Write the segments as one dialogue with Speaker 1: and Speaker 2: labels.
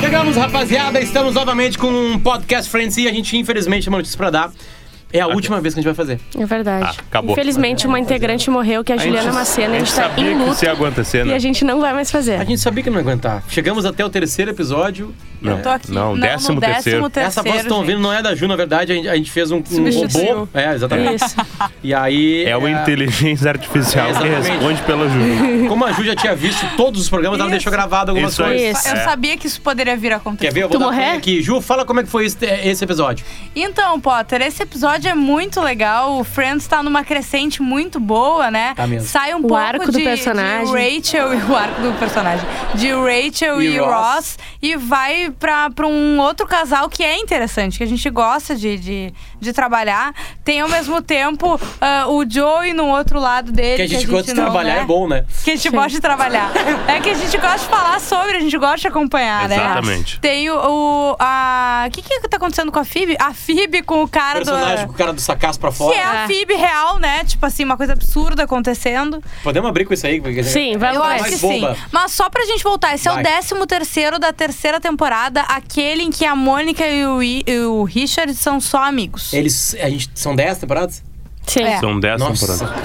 Speaker 1: Chegamos, rapaziada. Estamos novamente com um podcast Friends e a gente, infelizmente, tem uma notícia pra dar. É a última vez que a gente vai fazer.
Speaker 2: É verdade.
Speaker 3: Ah, acabou.
Speaker 2: Infelizmente, uma integrante morreu, que é a, Juliana Macena. A gente tá
Speaker 3: sabia
Speaker 2: em
Speaker 3: que
Speaker 2: luto
Speaker 3: você aguenta a cena.
Speaker 2: e a gente não vai mais fazer.
Speaker 1: A gente sabia que não ia aguentar. Chegamos até o terceiro episódio.
Speaker 3: Não,
Speaker 1: É.
Speaker 2: tá
Speaker 4: Tô aqui.
Speaker 3: não,
Speaker 4: no
Speaker 3: décimo terceiro.
Speaker 1: Essa voz que estão ouvindo não é da Ju, na verdade. A gente, a gente fez um, um
Speaker 2: Substituiu.
Speaker 1: robô. É, exatamente.
Speaker 2: Isso.
Speaker 1: E aí.
Speaker 3: É uma inteligência artificial
Speaker 1: É,
Speaker 3: que
Speaker 1: exatamente.
Speaker 3: responde pela Juju.
Speaker 1: Como a Ju já tinha visto todos os programas, ela
Speaker 4: Isso.
Speaker 1: deixou gravado algumas
Speaker 3: Isso
Speaker 1: coisas.
Speaker 3: aí.
Speaker 2: Isso.
Speaker 4: Eu
Speaker 3: É.
Speaker 4: sabia que isso poderia vir a acontecer.
Speaker 1: Quer ver? Eu vou
Speaker 2: Tu
Speaker 1: dar
Speaker 2: morrer?
Speaker 1: play aqui. Ju, fala como é que foi esse, esse episódio.
Speaker 4: Então, Potter, esse episódio é muito legal. O Friends tá numa crescente muito boa, né?
Speaker 1: Tá mesmo.
Speaker 4: Sai um
Speaker 2: O
Speaker 4: pouco
Speaker 2: arco do
Speaker 4: de,
Speaker 2: personagem.
Speaker 4: de Rachel e o arco do personagem. De Rachel
Speaker 1: E
Speaker 4: e,
Speaker 1: Ross.
Speaker 4: Ross. e vai pra, pra um outro casal que é interessante, que a gente gosta de, de, de trabalhar. Tem ao mesmo tempo ah, o Joey no outro lado dele.
Speaker 1: Que a gente gosta de
Speaker 4: não,
Speaker 1: trabalhar
Speaker 4: né?
Speaker 1: é bom, né?
Speaker 4: Que a gente gosta de trabalhar. É que a gente gosta de falar sobre, a gente gosta de acompanhar, né?
Speaker 3: Exatamente.
Speaker 4: Tem o. O a... que, que tá acontecendo com a Phoebe? A Phoebe com o cara
Speaker 1: personagem com o
Speaker 4: do.
Speaker 1: cara do sacaço pra
Speaker 4: Que
Speaker 1: fora.
Speaker 4: é a
Speaker 2: É.
Speaker 4: Phoebe real, né? Tipo assim, uma coisa absurda acontecendo.
Speaker 1: Podemos abrir com isso aí? Porque- é
Speaker 2: Sim, vai
Speaker 4: Eu
Speaker 2: lá.
Speaker 4: acho
Speaker 1: mais
Speaker 4: que
Speaker 1: boba.
Speaker 4: sim. Mas só pra gente voltar, esse
Speaker 1: Vai.
Speaker 4: é o 13 terceiro da terceira temporada, aquele em que a Mônica e o, I- e o Richard são só amigos.
Speaker 1: Eles. A gente, são 10 temporadas?
Speaker 2: Sim.
Speaker 4: É.
Speaker 3: São dez
Speaker 1: Nossa.
Speaker 3: temporadas.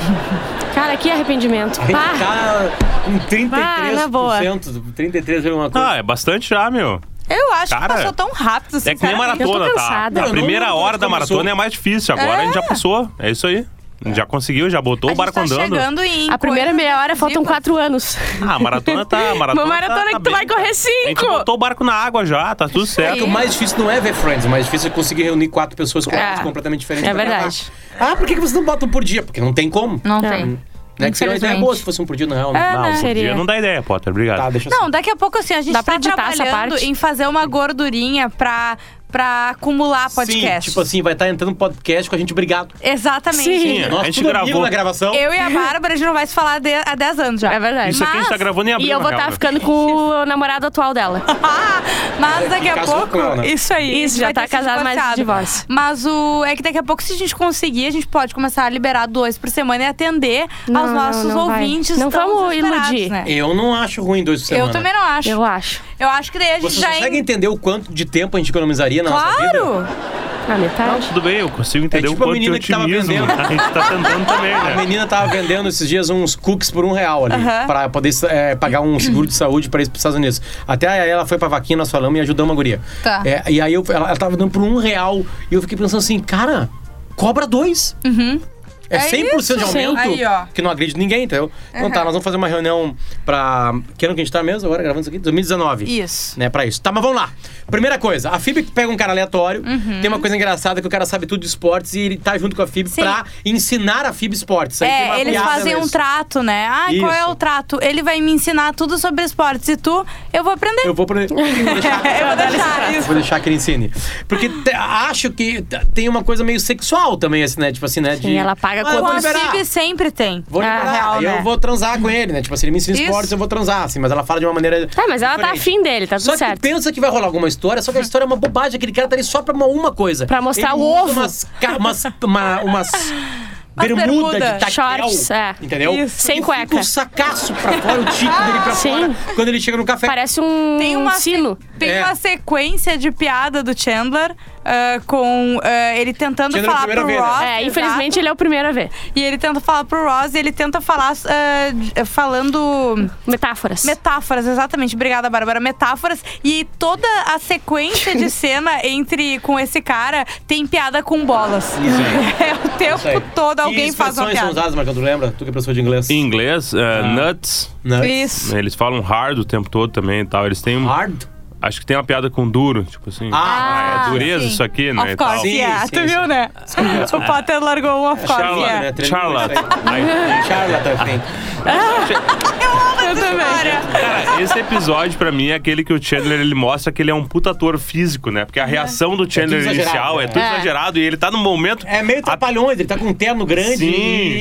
Speaker 2: Cara, que arrependimento.
Speaker 1: A gente
Speaker 2: Pá.
Speaker 4: Ah.
Speaker 1: tá em 33%.
Speaker 2: Ah, na boa.
Speaker 1: 33 é uma coisa.
Speaker 3: Ah, é bastante já, meu.
Speaker 4: Eu acho
Speaker 3: Cara,
Speaker 4: que passou tão rápido,
Speaker 3: É que nem
Speaker 4: sinceramente.
Speaker 2: Eu
Speaker 3: maratona,
Speaker 2: tô
Speaker 3: tá?
Speaker 2: cansada.
Speaker 3: A primeira
Speaker 1: Não, não,
Speaker 3: hora
Speaker 1: não,
Speaker 3: da
Speaker 1: começou.
Speaker 3: maratona é mais difícil. Agora a gente já passou. É isso aí. Já conseguiu, já botou
Speaker 4: A
Speaker 3: o
Speaker 4: gente
Speaker 3: barco
Speaker 4: tá
Speaker 3: andando.
Speaker 4: chegando em
Speaker 2: A primeira
Speaker 4: coisas
Speaker 2: meia hora um faltam
Speaker 4: exclusivas.
Speaker 2: quatro anos.
Speaker 3: Ah, a maratona tá. A maratona
Speaker 2: Uma
Speaker 3: tá-
Speaker 2: maratona
Speaker 3: tá
Speaker 2: que tu vai
Speaker 3: bem.
Speaker 2: correr
Speaker 3: A gente
Speaker 2: cinco. né,
Speaker 3: botou o barco na água já, tá tudo certo.
Speaker 1: O mais difícil não é ver Friends, o mais difícil é conseguir reunir quatro pessoas
Speaker 4: Ah.
Speaker 1: com
Speaker 2: É.
Speaker 1: áreas completamente diferentes.
Speaker 2: É
Speaker 1: pra gravar.
Speaker 2: verdade.
Speaker 1: Ah, por que, que vocês não botam por dia? Porque não tem como.
Speaker 4: Não
Speaker 2: É.
Speaker 4: tem.
Speaker 1: Né? Que seria uma ideia
Speaker 4: Infelizmente.
Speaker 1: boa se fosse um por dia, na real.
Speaker 2: É,
Speaker 1: né?
Speaker 3: Não,
Speaker 2: né?
Speaker 3: um
Speaker 2: Seria.
Speaker 3: dia não dá ideia, Potter. Obrigado.
Speaker 1: Tá, deixa
Speaker 4: Não,
Speaker 1: assim.
Speaker 4: daqui a pouco assim, a gente
Speaker 2: Tipo Dá pra
Speaker 4: tá
Speaker 2: editar essa
Speaker 4: trabalhando
Speaker 2: parte?
Speaker 4: em fazer uma gordurinha pra, pra acumular podcast.
Speaker 1: Sim, tipo assim, vai estar entrando um podcast com a gente, obrigado.
Speaker 4: Exatamente.
Speaker 2: Sim. é um-
Speaker 3: A
Speaker 1: Nós
Speaker 3: gente
Speaker 1: tudo amigo
Speaker 3: gravou.
Speaker 1: na gravação.
Speaker 4: Eu e a Bárbara, a gente não vai se falar de- há 10 anos já.
Speaker 2: É verdade.
Speaker 3: Isso aqui a gente tá gravando em abril,
Speaker 2: E eu
Speaker 3: na
Speaker 2: vou estar
Speaker 3: real, né?
Speaker 2: ficando com o namorado atual dela.
Speaker 4: Ah, mas daqui a
Speaker 1: casou
Speaker 4: pouco.
Speaker 1: com ela, né?
Speaker 4: Isso aí.
Speaker 2: Isso,
Speaker 4: a gente
Speaker 2: já
Speaker 4: vai
Speaker 2: tá
Speaker 4: ter se
Speaker 2: casado, mas
Speaker 4: divorciado.
Speaker 2: divórcio.
Speaker 4: Mas o. É que daqui a pouco, se a gente conseguir, a gente pode começar a liberar dois por semana e atender
Speaker 2: Não,
Speaker 4: aos
Speaker 2: não,
Speaker 4: nossos
Speaker 2: não vai.
Speaker 4: ouvintes.
Speaker 2: Não
Speaker 4: tão
Speaker 2: vamos
Speaker 4: desesperados,
Speaker 2: iludir.
Speaker 4: Né?
Speaker 1: Eu não acho ruim dois por semana.
Speaker 4: Eu também não acho.
Speaker 2: Eu
Speaker 4: Eu,
Speaker 2: acho.
Speaker 4: acho que daí a gente
Speaker 1: Vocês
Speaker 4: já.
Speaker 1: conseguem entender o quanto de tempo a gente economizaria na nossa vida?
Speaker 4: Claro!
Speaker 2: A metade.
Speaker 3: Tudo bem, eu consigo entender
Speaker 1: tipo a
Speaker 3: o quanto de
Speaker 1: menina que tava
Speaker 3: otimismo.
Speaker 1: vendendo.
Speaker 3: a gente tá tentando também,
Speaker 1: A
Speaker 3: né?
Speaker 1: menina tava vendendo esses dias uns cookies por um real ali,
Speaker 4: Aham.
Speaker 1: pra poder é, pagar um seguro de saúde pra eles pros Estados Unidos. Até aí ela foi pra vaquinha, nós falamos e ajudamos uma guria.
Speaker 4: Tá.
Speaker 1: É, e aí eu- ela, ela tava dando por um real e eu fiquei pensando assim, cara, cobra dois. É
Speaker 4: É
Speaker 1: 100% de
Speaker 4: isso.
Speaker 1: aumento
Speaker 4: Aí, ó.
Speaker 1: que não agride ninguém, entendeu? Então tá, nós vamos fazer uma reunião pra. Que ano que a gente tá mesmo agora gravando isso aqui? 2019
Speaker 4: Isso.
Speaker 1: né, pra isso. Tá, mas vamos lá. Primeira coisa, a FIB pega um cara aleatório, tem uma coisa engraçada que o cara sabe tudo de esportes e ele tá junto com a FIB
Speaker 4: Uhum. Sim.
Speaker 1: pra ensinar a FIB esportes. Aí tem uma
Speaker 4: É, eles
Speaker 1: piada
Speaker 4: fazem um
Speaker 1: nisso.
Speaker 4: trato, né? Ah, qual é
Speaker 1: Isso.
Speaker 4: o trato? Ele vai me ensinar tudo sobre esportes e tu, eu vou aprender.
Speaker 1: Eu vou, pro... vou deixar,
Speaker 4: Eu vou deixar isso.
Speaker 1: vou deixar que ele ensine. Porque te- acho que t- tem uma coisa meio sexual também, assim, né? Tipo assim, né? De...
Speaker 2: Sim, ela paga
Speaker 1: ah, eu
Speaker 2: com-
Speaker 1: vou
Speaker 4: Com a
Speaker 1: liberar.
Speaker 4: Cib Um sempre tem.
Speaker 1: Vou
Speaker 2: Ah,
Speaker 1: liberar.
Speaker 4: real,
Speaker 1: eu
Speaker 4: né?
Speaker 1: vou transar com ele, né? Tipo assim, ele me ensina
Speaker 4: Isso.
Speaker 1: esportes, eu vou transar, assim. Mas ela fala de uma maneira.
Speaker 2: Tá, mas ela tá
Speaker 1: diferente.
Speaker 2: afim dele, tá
Speaker 1: Só
Speaker 2: tudo
Speaker 1: que
Speaker 2: certo. Uhum.
Speaker 1: pensa que vai rolar alguma história, só que a história é uma bobagem. Aquele cara tá ali só pra uma, uma coisa.
Speaker 2: Pra mostrar
Speaker 1: Ele
Speaker 2: o
Speaker 1: usa
Speaker 2: ovo.
Speaker 1: Umas, ca- umas, uma- umas bermuda,
Speaker 4: bermuda,
Speaker 1: de tactel,
Speaker 2: shorts, é.
Speaker 1: Entendeu?
Speaker 2: Isso. Sem
Speaker 1: E
Speaker 2: cueca.
Speaker 1: Fica o sacaço pra fora, o tico dele pra
Speaker 2: Sim.
Speaker 1: fora. Quando ele chega no café.
Speaker 2: Parece um
Speaker 4: Tem uma
Speaker 2: sino.
Speaker 4: Tem
Speaker 1: É.
Speaker 4: uma sequência de piada do Chandler ah, com ah, ele tentando
Speaker 1: Chandler é a
Speaker 4: falar
Speaker 1: primeira
Speaker 4: pro
Speaker 1: vez, né?
Speaker 4: Ross.
Speaker 2: É,
Speaker 4: exato.
Speaker 2: infelizmente ele é o primeiro a ver.
Speaker 4: E ele tenta falar pro Ross e ele tenta falar ah, de- falando
Speaker 2: Metáforas.
Speaker 4: metáforas, exatamente. Obrigada, Bárbara. Metáforas. E toda a sequência de cena entre com esse cara tem piada com bolas.
Speaker 1: Isso aí.
Speaker 4: É o
Speaker 1: Isso aí.
Speaker 4: tempo todo alguém
Speaker 1: que
Speaker 4: faz uma
Speaker 1: expressões são
Speaker 4: piada.
Speaker 1: usadas, Marcão, tu lembra? Tu que é professor de inglês. Né?
Speaker 3: Em inglês, é, nuts. né,
Speaker 1: Não.
Speaker 4: Isso.
Speaker 3: Eles falam hard o tempo todo também e tal. Eles têm. um-
Speaker 1: Hard?
Speaker 3: Acho que tem uma piada com duro, tipo assim.
Speaker 1: Ah,
Speaker 3: é dureza
Speaker 4: sim.
Speaker 3: isso aqui, né?
Speaker 4: Of
Speaker 3: e tal.
Speaker 4: course,
Speaker 1: Sim,
Speaker 4: yeah.
Speaker 1: sim,
Speaker 4: tu viu,
Speaker 1: sim.
Speaker 4: né? o Potter largou um of course,
Speaker 3: Charlotte,
Speaker 2: É.
Speaker 4: yeah.
Speaker 1: né?
Speaker 3: Charlotte.
Speaker 1: Charlotte, I think.
Speaker 4: Eu também.
Speaker 3: Cara, esse episódio pra mim é aquele que o Chandler ele mostra que ele é um puta ator físico, né? Porque a reação do Chandler
Speaker 1: É. exagerado,
Speaker 3: inicial
Speaker 1: né?
Speaker 3: é tudo
Speaker 2: É.
Speaker 3: exagerado e ele tá no momento.
Speaker 1: É meio trapalhões, ele tá com um terno grande
Speaker 3: Sim.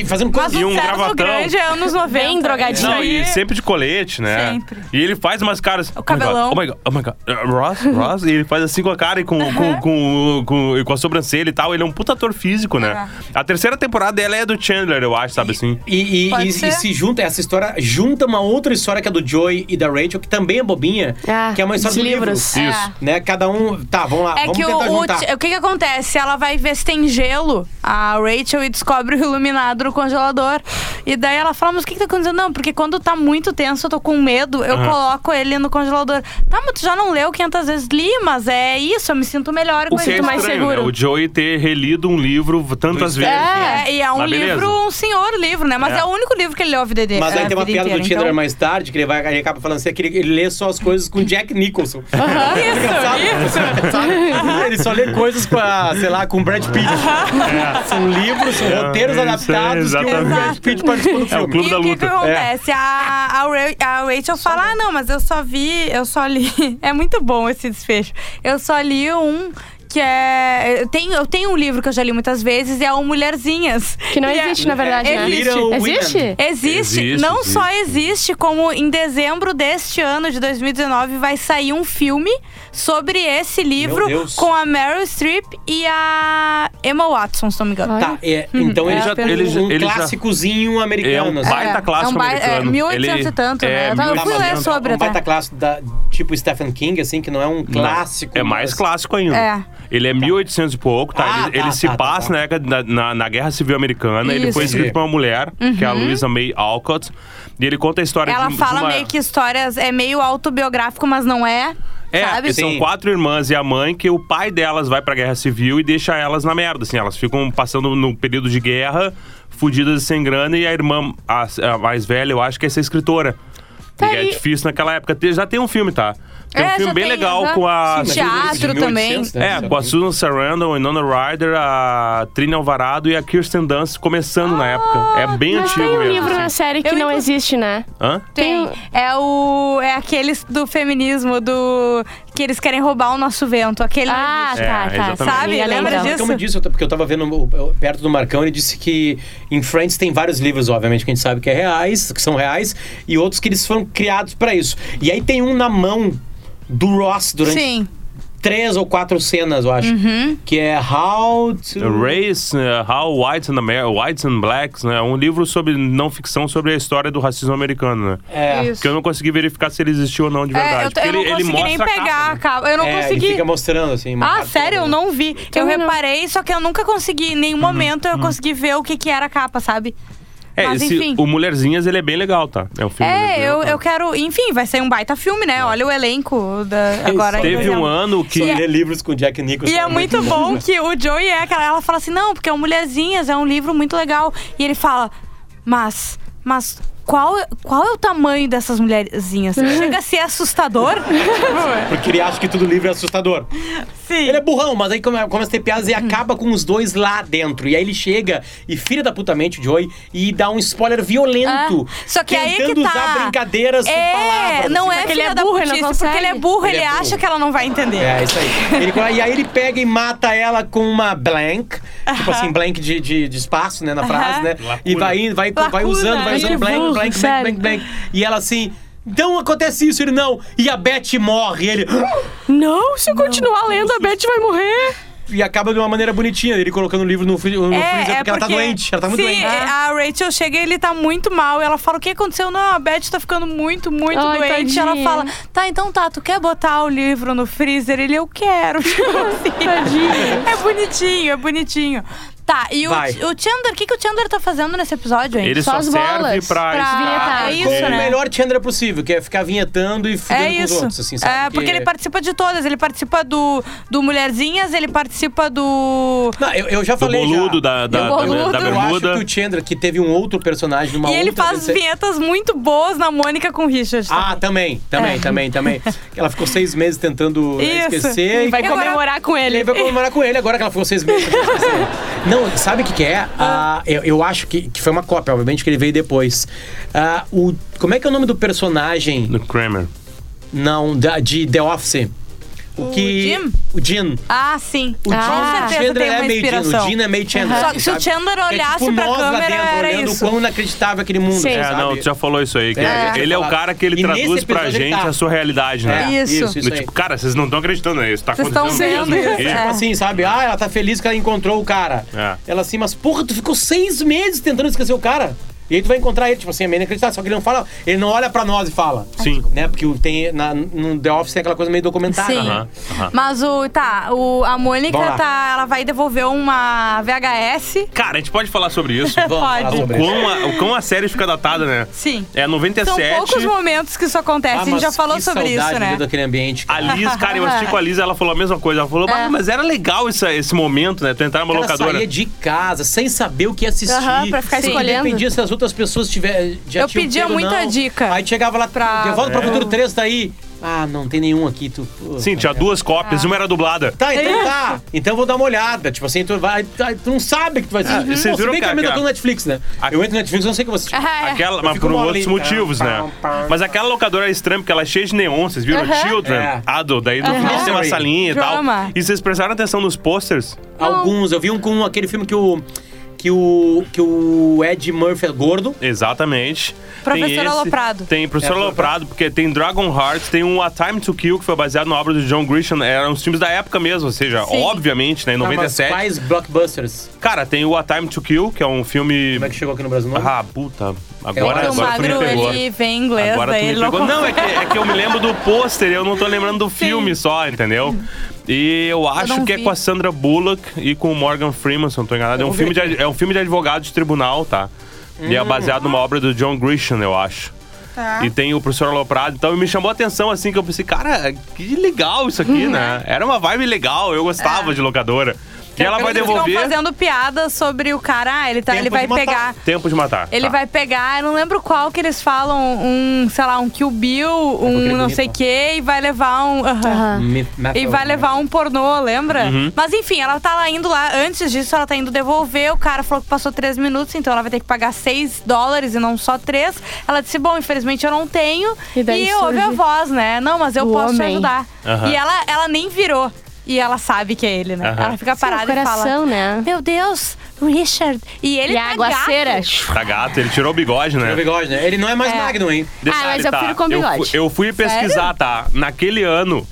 Speaker 1: e fazendo
Speaker 4: Mas
Speaker 1: coisa.
Speaker 3: E
Speaker 4: o
Speaker 3: um
Speaker 4: César
Speaker 3: gravatão.
Speaker 4: grande é anos 90.
Speaker 2: Bem drogadinho.
Speaker 3: Não,
Speaker 4: Aí-
Speaker 3: e sempre de colete, né?
Speaker 4: Sempre.
Speaker 3: E ele faz umas caras.
Speaker 4: O cabelão.
Speaker 3: Oh my god, oh my god. oh my God. Uh, Ross, Ross. e ele faz assim com a cara e com, com, com, com- e com a sobrancelha e tal. Ele é um puta ator físico, né? A terceira temporada ela é do Chandler, eu acho, sabe assim?
Speaker 1: E, e-
Speaker 4: Pode
Speaker 1: e-
Speaker 4: ser.
Speaker 1: e se junta, essa história junta uma outra história que é do Joey e da Rachel, que também é bobinha,
Speaker 2: Ah,
Speaker 1: que é uma história
Speaker 2: de
Speaker 1: do livro.
Speaker 2: livros.
Speaker 4: É.
Speaker 3: Isso.
Speaker 1: Né? Cada um. Tá, vamos lá.
Speaker 4: É
Speaker 1: vamos
Speaker 4: que o,
Speaker 1: tentar
Speaker 4: o,
Speaker 1: juntar.
Speaker 4: ti- o que que acontece? Ela vai ver se tem gelo, a Rachel, e descobre o iluminado no congelador. E daí ela fala, mas o que que tá acontecendo? Não, porque quando tá muito tenso, eu tô com medo, eu
Speaker 3: Aham.
Speaker 4: coloco ele no congelador. Tá, mas tu já não leu 500 vezes? Li, mas é isso, eu me sinto melhor
Speaker 3: O
Speaker 4: com
Speaker 3: que é
Speaker 4: isso.
Speaker 2: mais
Speaker 3: estranho, né?
Speaker 2: seguro.
Speaker 3: O Joey ter relido um livro tantas vezes.
Speaker 4: É, e é um
Speaker 3: Mas beleza.
Speaker 4: livro, um senhor livro, né? Mas
Speaker 3: É.
Speaker 4: é, o único livro que ele leu a vida dele.
Speaker 1: Mas aí
Speaker 4: é, a
Speaker 1: tem uma
Speaker 4: vida
Speaker 1: piada do
Speaker 4: inteira,
Speaker 1: Tinder
Speaker 4: então-
Speaker 1: mais tarde, que ele, vai, ele acaba falando assim, que ele, ele lê só as coisas com Jack Nicholson. Sabe? Sabe? Ele só lê coisas com, a, sei lá, com Brad Pitt. São livros, são
Speaker 3: É,
Speaker 1: roteiros
Speaker 3: isso é
Speaker 1: adaptados que o
Speaker 3: exatamente.
Speaker 1: Brad Pitt participou do
Speaker 3: É o
Speaker 1: filme.
Speaker 3: Clube
Speaker 4: E
Speaker 3: da
Speaker 4: o que, que
Speaker 3: Luta.
Speaker 4: acontece? A, a, Ra- a Rachel fala: Ah, não, mas eu só vi, eu só li. É muito bom esse desfecho. Eu só li um. Que é. Eu tenho, eu tenho um livro que eu já li muitas vezes e é o Mulherzinhas.
Speaker 2: Que não
Speaker 4: E é-
Speaker 2: existe, na verdade,
Speaker 4: é,
Speaker 2: né?
Speaker 1: Little Women.
Speaker 2: Existe? tá
Speaker 4: Existe,
Speaker 3: Existe,
Speaker 4: não
Speaker 3: existe.
Speaker 4: só existe, como em dezembro deste ano, de 2019, vai sair um filme sobre esse livro
Speaker 1: Deus.
Speaker 4: com a Meryl Streep e a Emma Watson, se não me engano.
Speaker 2: Ai.
Speaker 1: Tá, é, então ele
Speaker 4: É,
Speaker 1: já
Speaker 4: ele
Speaker 1: tem
Speaker 3: já-
Speaker 1: um
Speaker 3: ele já-
Speaker 1: clássicozinho
Speaker 3: É um
Speaker 1: americano. assim.
Speaker 3: baita
Speaker 4: É,
Speaker 3: clássico
Speaker 4: é um bai-
Speaker 3: americano.
Speaker 4: é, 1800
Speaker 3: Ele-
Speaker 4: e tanto, né? Eu tava- eu
Speaker 1: Tá,
Speaker 4: fui
Speaker 1: mas
Speaker 4: ler
Speaker 1: é um-
Speaker 4: sobre
Speaker 1: um baita
Speaker 4: até.
Speaker 1: clássico da, tipo Stephen King, assim, que não é um
Speaker 3: Não,
Speaker 1: clássico.
Speaker 3: É mais
Speaker 1: mas-
Speaker 3: clássico ainda.
Speaker 4: É.
Speaker 3: Ele é 1800 e pouco, tá?
Speaker 1: Ah,
Speaker 3: ele
Speaker 1: tá,
Speaker 3: ele se
Speaker 1: tá, tá,
Speaker 3: passa
Speaker 1: tá.
Speaker 3: Na, década- na, na- na Guerra Civil Americana. Ele
Speaker 4: Isso. Uhum.
Speaker 3: foi escrito
Speaker 1: Entendi.
Speaker 3: por uma mulher, que é a Louisa May Alcott. E ele conta a história
Speaker 4: Ela
Speaker 3: de, de
Speaker 4: fala
Speaker 3: uma...
Speaker 4: meio que histórias, é meio autobiográfico, mas não é.
Speaker 3: É,
Speaker 4: sabe?
Speaker 3: que são
Speaker 1: Sim.
Speaker 3: quatro irmãs e a mãe que o pai delas vai pra guerra civil e deixa elas na merda, assim. Elas ficam passando no período de guerra, fudidas e sem grana, e a irmã, a, a mais velha, eu acho que é ser escritora.
Speaker 2: Tá
Speaker 3: e é
Speaker 2: aí.
Speaker 3: difícil naquela época. Te- Já tem um filme, tá? Tem um
Speaker 4: É,
Speaker 3: filme
Speaker 4: já
Speaker 3: bem
Speaker 4: tem,
Speaker 3: legal
Speaker 4: aham.
Speaker 3: com a...
Speaker 4: Sim, Teatro também.
Speaker 3: É, com a Susan Sarandon, a Nona Ryder, a Trina Alvarado e a Kirsten Dunst começando na época. É bem
Speaker 2: Mas tem
Speaker 3: antigo
Speaker 2: um
Speaker 3: mesmo.
Speaker 2: livro
Speaker 3: assim.
Speaker 2: na série que
Speaker 4: Eu,
Speaker 2: não
Speaker 4: inclu-
Speaker 2: existe, né?
Speaker 3: Hã?
Speaker 4: Tem. É o. É aqueles do feminismo, do. Que eles querem roubar o nosso vento. Aquele.
Speaker 2: Ah,
Speaker 3: É,
Speaker 2: tá, tá.
Speaker 3: exatamente.
Speaker 4: Sabe?
Speaker 2: Amiga,
Speaker 4: Lembra
Speaker 2: legal.
Speaker 1: Mas
Speaker 4: disso?
Speaker 1: Como disse, eu tô- porque eu tava vendo o- o- perto do Marcão, ele disse que em Friends tem vários livros, obviamente, que a gente sabe que é reais, que são reais, e outros que eles foram criados pra isso. E aí tem um na mão do Ross durante
Speaker 4: Sim. Uhum.
Speaker 1: três ou quatro cenas, eu acho. Que é How to.
Speaker 3: Race, eh, How Whites and, Amer Whites and Blacks, né? Um livro sobre não ficção sobre a história do racismo americano, né?
Speaker 1: É,
Speaker 4: Isso.
Speaker 3: Que eu não consegui verificar se ele existiu ou não de verdade.
Speaker 4: É, eu, t- eu
Speaker 3: porque ele,
Speaker 4: não
Speaker 3: ele
Speaker 4: consegui
Speaker 3: mostra
Speaker 4: nem
Speaker 3: a capa,
Speaker 4: pegar a
Speaker 3: né?
Speaker 4: capa. Eu não
Speaker 1: é,
Speaker 4: consegui.
Speaker 1: Ele fica mostrando assim. uma
Speaker 4: Ah,
Speaker 1: capa
Speaker 4: sério? Eu
Speaker 1: toda.
Speaker 4: não vi. Eu
Speaker 2: Também não.
Speaker 4: reparei, só que eu nunca consegui, em nenhum
Speaker 3: Uhum,
Speaker 4: momento eu consegui ver o que, que era a capa, sabe?
Speaker 3: É,
Speaker 4: Mas
Speaker 3: esse-
Speaker 4: enfim.
Speaker 3: o Mulherzinhas, ele é bem legal, tá? É um filme bem
Speaker 4: É,
Speaker 3: legal,
Speaker 4: eu,
Speaker 3: tá?
Speaker 4: eu quero. Enfim, vai ser um baita filme,
Speaker 1: É.
Speaker 4: né? Olha o elenco da, agora. em
Speaker 3: Teve um
Speaker 4: dezembro.
Speaker 3: ano que...
Speaker 1: Só Ler livros com Jack Nicholson.
Speaker 4: E é
Speaker 1: um
Speaker 4: muito bom que o Joey é aquela. Ela fala assim: não, porque é o Mulherzinhas, é um livro muito legal. E ele fala: mas, mas. Qual, qual é o tamanho dessas mulherzinhas? Chega a ser assustador?
Speaker 1: Porque ele acha que tudo livro é assustador.
Speaker 4: Sim.
Speaker 1: Ele é burrão, mas aí come- começa a ter piadas
Speaker 4: Hum.
Speaker 1: e acaba com os dois lá dentro. E aí ele chega e filha da putamente o Joey e dá um spoiler violento.
Speaker 4: Ah, só que aí
Speaker 1: tentando
Speaker 4: que tá.
Speaker 1: usar brincadeiras
Speaker 4: é,
Speaker 1: com palavras.
Speaker 4: não
Speaker 1: assim,
Speaker 4: é
Speaker 1: pra-
Speaker 2: ele
Speaker 4: filha
Speaker 2: é
Speaker 4: da
Speaker 2: burro, ele não
Speaker 4: putice, porque ele é
Speaker 2: consegue.
Speaker 4: burro, ele,
Speaker 1: Ele é burro.
Speaker 4: acha que ela não vai entender.
Speaker 1: É, isso aí. Ele- e aí ele pega e mata ela com uma blank, tipo assim, blank de, de, de espaço, né, na frase, né? E vai, indo, vai, vai
Speaker 4: Lacuna. é
Speaker 1: usando, vai
Speaker 4: Ai,
Speaker 1: usando
Speaker 2: que
Speaker 1: blank,
Speaker 2: burro,
Speaker 1: blank, blank,
Speaker 2: sério.
Speaker 1: blank, blank. E ela assim, não acontece isso, ele não. E a Beth morre, ele...
Speaker 2: Não, se eu continuar lendo, a Beth vai morrer.
Speaker 1: E acaba de uma maneira bonitinha, ele colocando o livro no, fri- no
Speaker 4: É,
Speaker 1: freezer,
Speaker 4: é
Speaker 1: porque, ela tá doente, ela tá muito
Speaker 4: sim, é,
Speaker 1: doente.
Speaker 4: A Rachel chega e ele tá muito mal. Ela fala: O que aconteceu? Não, a Beth tá ficando muito, muito
Speaker 2: Ai,
Speaker 4: doente.
Speaker 2: tadinha.
Speaker 4: Ela fala: Tá, então tá, tu quer botar o livro no freezer? Ele, eu quero. Tipo assim. é bonitinho, é bonitinho. Tá, e o,
Speaker 1: Vai.
Speaker 4: o Chandler, o que, que o Chandler tá fazendo nesse episódio, hein?
Speaker 3: Ele
Speaker 2: Só
Speaker 3: só
Speaker 2: as
Speaker 3: serve
Speaker 2: bolas
Speaker 3: pra...
Speaker 2: pra
Speaker 3: estar-
Speaker 2: vinhetar.
Speaker 4: É
Speaker 1: Com
Speaker 4: isso,
Speaker 1: o
Speaker 4: né?
Speaker 1: melhor Chandler possível, que é ficar vinhetando e fudendo
Speaker 4: É
Speaker 1: com os
Speaker 4: isso.
Speaker 1: outros, assim, sabe?
Speaker 4: É, porque ele participa de todas. Ele participa do, do Mulherzinhas, ele participa do.
Speaker 1: Não, eu, eu já
Speaker 3: Do
Speaker 1: falei
Speaker 3: boludo,
Speaker 1: já.
Speaker 3: da, da,
Speaker 2: Do
Speaker 3: da-
Speaker 2: boludo.
Speaker 3: da
Speaker 1: Eu acho
Speaker 3: bermuda.
Speaker 1: que o Chandler, que teve um outro personagem numa
Speaker 4: e ele
Speaker 1: outra... é
Speaker 4: faz
Speaker 1: série-
Speaker 4: vinhetas muito boas na Mônica com o Richard.
Speaker 1: Ah, também, também,
Speaker 4: É.
Speaker 1: também, também. Ela ficou seis meses tentando né,
Speaker 4: Isso.
Speaker 1: esquecer.
Speaker 4: E
Speaker 2: Vai
Speaker 4: E agora-
Speaker 2: comemorar com
Speaker 1: Ele
Speaker 2: ele.
Speaker 1: vai comemorar com ele agora que ela ficou seis meses. tentando esquecer. Não, sabe o que, que é? Ah, eu, eu acho que, que foi uma cópia, obviamente, que ele veio depois. Ah, o, como é que é o nome do personagem?
Speaker 3: Do Kramer.
Speaker 1: Não, da, de The Office. O,
Speaker 4: O
Speaker 1: que.
Speaker 4: Jim?
Speaker 1: O Jim.
Speaker 4: Ah, sim.
Speaker 1: O
Speaker 2: Ah.
Speaker 1: Jim, o Chandler
Speaker 4: tem uma
Speaker 1: é meio Jim.
Speaker 4: inspiração.
Speaker 1: O Jim é meio Chandler.
Speaker 4: Só
Speaker 1: assim,
Speaker 4: que se o
Speaker 1: sabe?
Speaker 4: Chandler
Speaker 1: é,
Speaker 4: olhasse
Speaker 1: tipo,
Speaker 4: pra
Speaker 1: nós lá
Speaker 4: câmera,
Speaker 1: dentro,
Speaker 4: era
Speaker 1: olhando o
Speaker 4: isso.
Speaker 1: quão inacreditável aquele mundo.
Speaker 2: Sim.
Speaker 1: sabe?
Speaker 2: É,
Speaker 3: É, não, tu já falou isso aí. que
Speaker 1: É.
Speaker 3: Ele é o cara que ele
Speaker 1: E nesse
Speaker 3: traduz pra
Speaker 1: episódio ele
Speaker 3: gente
Speaker 1: tá.
Speaker 3: a sua realidade, né?
Speaker 1: É,
Speaker 4: Isso.
Speaker 1: isso,
Speaker 3: Do
Speaker 1: aí.
Speaker 3: tipo, cara, vocês não estão acreditando nisso. Tá
Speaker 4: Vocês
Speaker 3: acontecendo
Speaker 4: estão vendo
Speaker 3: mesmo.
Speaker 4: isso,
Speaker 3: E-
Speaker 4: é.
Speaker 1: assim, sabe? Ah, ela tá feliz que ela encontrou o cara.
Speaker 3: É.
Speaker 1: Ela assim, mas porra, tu ficou seis meses tentando esquecer o cara. E aí tu vai encontrar ele, tipo assim, é meio inacreditável. Só que ele não fala, ele não olha pra nós e fala.
Speaker 3: Sim.
Speaker 1: Né? Porque o- tem, na, no The Office tem aquela coisa meio documentária.
Speaker 4: Sim.
Speaker 3: Aham, aham.
Speaker 4: Mas o. Tá, o, a
Speaker 1: Vamos
Speaker 4: Mônica
Speaker 1: lá.
Speaker 4: tá. Ela vai devolver uma VHS.
Speaker 3: Cara, a gente pode falar sobre isso?
Speaker 1: Vamos falar
Speaker 4: Pode.
Speaker 3: o,
Speaker 1: sobre isso.
Speaker 3: quão a, o quão a série fica datada, né?
Speaker 4: Sim.
Speaker 3: É
Speaker 4: São
Speaker 3: 97.
Speaker 4: poucos momentos que isso acontece. a gente já
Speaker 1: Ah, mas
Speaker 4: falou
Speaker 1: que
Speaker 4: sobre
Speaker 1: saudade
Speaker 4: isso, né?
Speaker 1: dentro Daquele ambiente.
Speaker 3: A Liz, cara, eu assisti com a Liz ela falou a mesma coisa. Ela falou,
Speaker 4: É.
Speaker 3: "Bah, mas era legal essa- esse momento, né? Tu entrar numa
Speaker 1: Ela
Speaker 3: locadora.
Speaker 1: saía de casa, sem saber o que assistir.
Speaker 4: Aham, pra ficar
Speaker 1: Sim.
Speaker 4: escolhendo.
Speaker 1: Dependia se as outras pessoas tiver, já tinham
Speaker 4: Eu pedia
Speaker 1: pego,
Speaker 4: muita
Speaker 1: não.
Speaker 4: dica.
Speaker 1: Aí chegava lá,
Speaker 4: Pra-
Speaker 1: devolve pra
Speaker 4: É.
Speaker 1: Futuro 3 daí. Ah, não tem nenhum aqui. Tu,
Speaker 3: Sim,
Speaker 1: É.
Speaker 3: tinha duas
Speaker 4: Ah.
Speaker 3: cópias, uma era dublada.
Speaker 1: Tá,
Speaker 4: É.
Speaker 1: então tá. Então eu vou dar uma olhada. Tipo assim, tu vai. tá, Tu não sabe que tu vai assistir.
Speaker 3: Ah,
Speaker 1: Pô,
Speaker 3: vocês
Speaker 1: se
Speaker 3: viram
Speaker 1: bem que
Speaker 3: que
Speaker 1: eu ainda
Speaker 3: a-
Speaker 1: tô no Netflix, né?
Speaker 3: a-
Speaker 1: Eu entro no Netflix, eu não sei o que eu vou assistir.
Speaker 4: Ah, é.
Speaker 3: Aquela, mas
Speaker 1: fico
Speaker 3: por
Speaker 1: mole,
Speaker 3: outros
Speaker 1: então.
Speaker 3: motivos, né?
Speaker 1: Pam, pam.
Speaker 3: Mas aquela locadora era estranha, porque ela é cheia de neon, vocês viram?
Speaker 4: Aham.
Speaker 3: Children,
Speaker 1: É.
Speaker 3: Adult, daí no final tem uma
Speaker 1: Sorry.
Speaker 3: salinha e tal.
Speaker 4: Drama.
Speaker 3: E vocês prestaram atenção nos posters?
Speaker 1: Alguns. Eu vi um com aquele filme que o. Que o. Que o Ed Murphy é gordo.
Speaker 3: Exatamente. tem
Speaker 4: Professor
Speaker 3: esse,
Speaker 4: Aloprado.
Speaker 3: Tem Professor
Speaker 1: É,
Speaker 3: Aloprado, porque tem Dragon Heart, tem um A Time to Kill, que foi baseado na obra do John Grisham. Eram os filmes da época mesmo, ou seja,
Speaker 4: Sim.
Speaker 3: obviamente, né? Em
Speaker 1: Ah, mas
Speaker 3: 97.
Speaker 1: Quais blockbusters?
Speaker 3: Cara, tem o A Time to Kill, que é um filme.
Speaker 1: Como é que chegou aqui no Brasil? Não?
Speaker 3: Ah, puta. Agora,
Speaker 1: É,
Speaker 4: o
Speaker 1: tu
Speaker 3: agora tu me
Speaker 4: magro,
Speaker 3: pegou.
Speaker 4: ele vem em inglês,
Speaker 3: Agora
Speaker 4: daí
Speaker 3: tu me
Speaker 4: ele não
Speaker 3: pegou. Não, é que,
Speaker 4: consegue.
Speaker 3: é que eu me lembro do pôster, eu não tô lembrando do filme só, entendeu? E eu acho
Speaker 4: não
Speaker 3: que é
Speaker 4: vi.
Speaker 3: com a Sandra Bullock e com o Morgan Freeman, se eu não tô enganado. É um,
Speaker 1: vou ver
Speaker 3: filme de, ad- é um filme de advogado de tribunal, tá? E é baseado numa obra do John Grisham, eu acho.
Speaker 4: Hum. Tá.
Speaker 3: E tem o professor Aloprado, então me chamou a atenção assim, que eu pensei, cara, que legal isso aqui, né? Era uma vibe legal, eu
Speaker 4: É.
Speaker 3: gostava de locadora. E ela vai
Speaker 4: Eles ficam
Speaker 3: devolver
Speaker 4: fazendo piada sobre o cara, ah, ele, tá,
Speaker 1: Tempo
Speaker 4: ele vai
Speaker 1: de matar.
Speaker 4: pegar.
Speaker 3: Tempo de Matar.
Speaker 4: Ele
Speaker 3: tá.
Speaker 4: vai pegar, eu não lembro qual que eles falam, um, sei lá, um Kill
Speaker 3: É
Speaker 4: Bill,
Speaker 1: aquele
Speaker 4: um não sei o
Speaker 1: bonito.
Speaker 4: que, e vai levar um. aham.
Speaker 1: Me- me-
Speaker 3: É,
Speaker 4: E vai levar um pornô, lembra?
Speaker 3: Uhum.
Speaker 4: Mas enfim, ela tá lá indo lá. Antes disso, ela tá indo devolver. O cara falou que passou três minutos, então ela vai ter que pagar 6 dólares e não só três. Ela disse: Bom, infelizmente eu não tenho.
Speaker 2: E daí surge
Speaker 4: ouve a voz, né? Não, mas eu
Speaker 2: o
Speaker 4: posso te
Speaker 2: homem.
Speaker 4: ajudar.
Speaker 3: Aham.
Speaker 4: E ela, ela nem virou. E ela sabe que é ele, né?
Speaker 3: Aham.
Speaker 4: Ela fica parada
Speaker 2: o coração,
Speaker 4: e fala:
Speaker 2: né?
Speaker 4: Meu Deus, Richard. E ele
Speaker 2: e
Speaker 4: tá
Speaker 2: a aguaceira.
Speaker 4: gato.
Speaker 3: Tá gato, ele tirou o bigode, né?
Speaker 1: O bigode, né? Ele não é mais
Speaker 4: É.
Speaker 1: Magnum, hein?
Speaker 2: Ah,
Speaker 3: Detalhe, tá.
Speaker 2: mas eu prefiro com bigode.
Speaker 3: Eu, fu- eu fui pesquisar, tá? Naquele ano,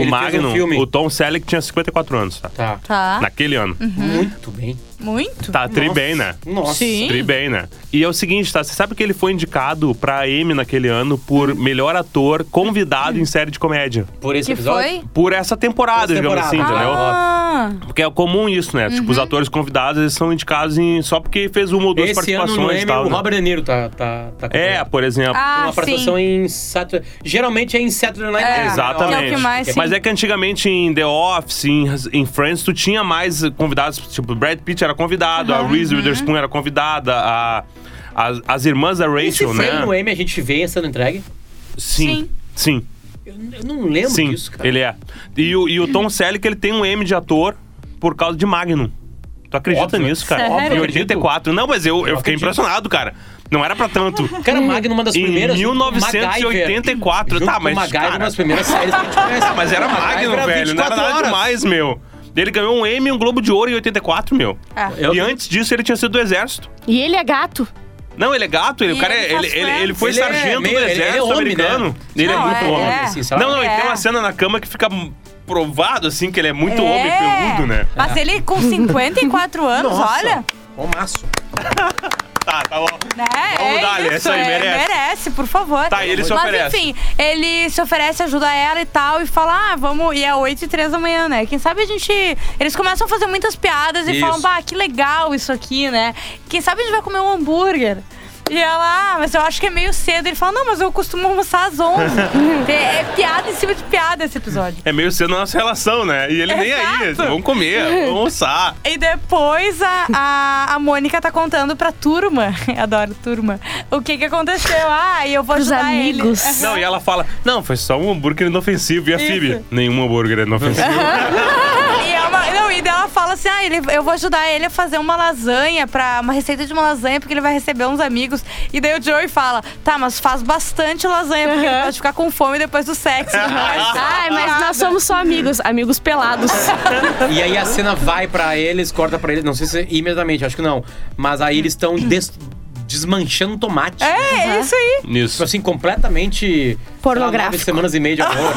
Speaker 1: Ele fez um
Speaker 3: Magnum,
Speaker 1: filme.
Speaker 3: o Tom Selleck tinha 54 anos, tá?
Speaker 1: Tá.
Speaker 4: Tá.
Speaker 3: Naquele ano.
Speaker 2: Uhum.
Speaker 1: Muito bem.
Speaker 4: Muito?
Speaker 3: Tá tri bem, né?
Speaker 1: Nossa.
Speaker 4: Sim.
Speaker 3: Tri bem, né? E é o seguinte, tá? Você sabe que ele foi indicado pra Emmy naquele ano
Speaker 2: Hum.
Speaker 3: por melhor ator convidado em série de comédia.
Speaker 1: Por esse
Speaker 4: Que
Speaker 1: episódio.
Speaker 4: foi?
Speaker 3: Por essa temporada,
Speaker 1: Essa
Speaker 3: digamos assim,
Speaker 1: temporada.
Speaker 3: entendeu?
Speaker 4: Ah,
Speaker 3: Porque é comum isso, né? Tipo, os
Speaker 2: Uhum.
Speaker 3: atores convidados, eles são indicados em... só porque fez uma ou duas
Speaker 1: Esse ano
Speaker 3: participações
Speaker 1: no Emmy,
Speaker 3: e tal.
Speaker 1: o
Speaker 3: né?
Speaker 1: Robert De Niro tá, tá, tá
Speaker 3: É, por exemplo.
Speaker 4: ah
Speaker 1: uma participação
Speaker 4: sim.
Speaker 1: em Saturday... Geralmente é em Saturday Night Live.
Speaker 4: É.
Speaker 1: né?
Speaker 3: Exatamente.
Speaker 4: que é o que mais, sim.
Speaker 3: Mas é que antigamente em The Office, em, em Friends, tu tinha mais convidados. Tipo, Brad Pitt era convidado,
Speaker 4: Uhum,
Speaker 3: a Reese Witherspoon era convidada, a, as, as irmãs da
Speaker 1: E se
Speaker 3: Rachel,
Speaker 1: foi um no
Speaker 3: né?
Speaker 1: Emmy, a gente vê essa entregue?
Speaker 3: Sim. Sim,
Speaker 1: Eu, eu não lembro
Speaker 3: sim,
Speaker 1: disso, cara.
Speaker 3: ele é. E o, e o
Speaker 4: Uhum.
Speaker 3: Tom Selleck, ele tem um M de ator por causa de Magnum. Tu acredita
Speaker 1: Óbvio.
Speaker 3: nisso, cara?
Speaker 4: Sério?
Speaker 3: Em 84. Não, mas eu, eu fiquei
Speaker 1: acredito.
Speaker 3: impressionado, cara. Não era pra tanto.
Speaker 4: Uhum.
Speaker 1: Cara, Magnum, uma das primeiras...
Speaker 3: Em 1984.
Speaker 1: tipo, Junto
Speaker 3: tá,
Speaker 1: com
Speaker 3: mas.
Speaker 1: MacGyver,
Speaker 3: cara,
Speaker 1: uma das primeiras séries que a gente conhece. é
Speaker 3: Ah, mas era Magno,
Speaker 1: MacGyver
Speaker 3: velho. Não era
Speaker 1: 24
Speaker 3: nada
Speaker 1: horas.
Speaker 3: demais, meu. Ele ganhou um Emmy e um Globo de Ouro em 84, meu.
Speaker 4: É.
Speaker 1: Eu-
Speaker 3: E antes disso, ele tinha sido do Exército.
Speaker 2: E ele é gato.
Speaker 3: Não, ele é gato, ele, o
Speaker 4: E
Speaker 3: cara é-
Speaker 4: ele
Speaker 3: ele,
Speaker 4: faz
Speaker 3: ele,
Speaker 4: friends.
Speaker 3: ele foi
Speaker 1: Ele é meio-
Speaker 3: sargento do
Speaker 1: ele- ele é
Speaker 3: exército
Speaker 1: homem, né?
Speaker 3: americano. Ele
Speaker 4: Não,
Speaker 3: é muito
Speaker 4: é,
Speaker 3: homem.
Speaker 4: é.
Speaker 1: Assim, sei lá.
Speaker 3: Não, não, e
Speaker 4: É.
Speaker 3: tem uma cena na cama que fica provado, assim, que ele é muito homem
Speaker 4: É.
Speaker 3: peludo, né?
Speaker 4: Mas ele com 54 anos,
Speaker 1: Nossa.
Speaker 4: olha.
Speaker 1: Ó, maço.
Speaker 3: Tá, tá bom.
Speaker 4: Né?
Speaker 3: Vamos
Speaker 4: é
Speaker 3: dar-lhe, essa aí
Speaker 4: é,
Speaker 3: merece.
Speaker 4: por favor.
Speaker 3: Tá, e ele se
Speaker 4: Mas
Speaker 3: oferece.
Speaker 4: enfim, ele se oferece, ajuda ela e tal, e fala, ah, vamos... E é 8 e 3 da manhã, né? Quem sabe a gente... Eles começam a fazer muitas piadas e
Speaker 1: Isso.
Speaker 4: falam, bah, que legal isso aqui, né? Quem sabe a gente vai comer um hambúrguer. E ela, ah, mas eu acho que é meio cedo. Ele fala, não, mas eu costumo almoçar às 11. é, é piada em cima de piada esse episódio.
Speaker 3: É meio sendo a nossa relação, né? E ele nem aí.
Speaker 4: Exato.
Speaker 3: Vamos comer, vamos almoçar.
Speaker 4: E depois a, a, a Mônica tá contando pra turma, adoro turma, o que que aconteceu. Ah, e eu vou
Speaker 2: Pros
Speaker 4: ajudar
Speaker 2: amigos.
Speaker 4: ele.
Speaker 3: Não, e ela fala, não, foi só um hambúrguer inofensivo. E a
Speaker 4: Isso.
Speaker 3: Phoebe? Nenhum hambúrguer é inofensivo.
Speaker 4: E, é uma- não, e daí ela fala assim, ah, ele, eu vou ajudar ele a fazer uma lasanha, pra, uma receita de uma lasanha, porque ele vai receber uns amigos. E daí o Joey fala, tá, mas faz bastante lasanha, porque ele pode ficar com fome depois do sexo. tá.
Speaker 2: Ai, mas nós
Speaker 4: somos
Speaker 2: somos só amigos. Amigos pelados.
Speaker 1: E aí a cena vai pra eles, corta pra eles, não sei se imediatamente, acho que não. Mas aí eles estão des- desmanchando um tomate.
Speaker 4: É, é isso aí.
Speaker 1: Tipo
Speaker 3: Nisso.
Speaker 1: assim, completamente. sei lá,
Speaker 2: Pornográfico.
Speaker 1: Nove semanas e meia de amor.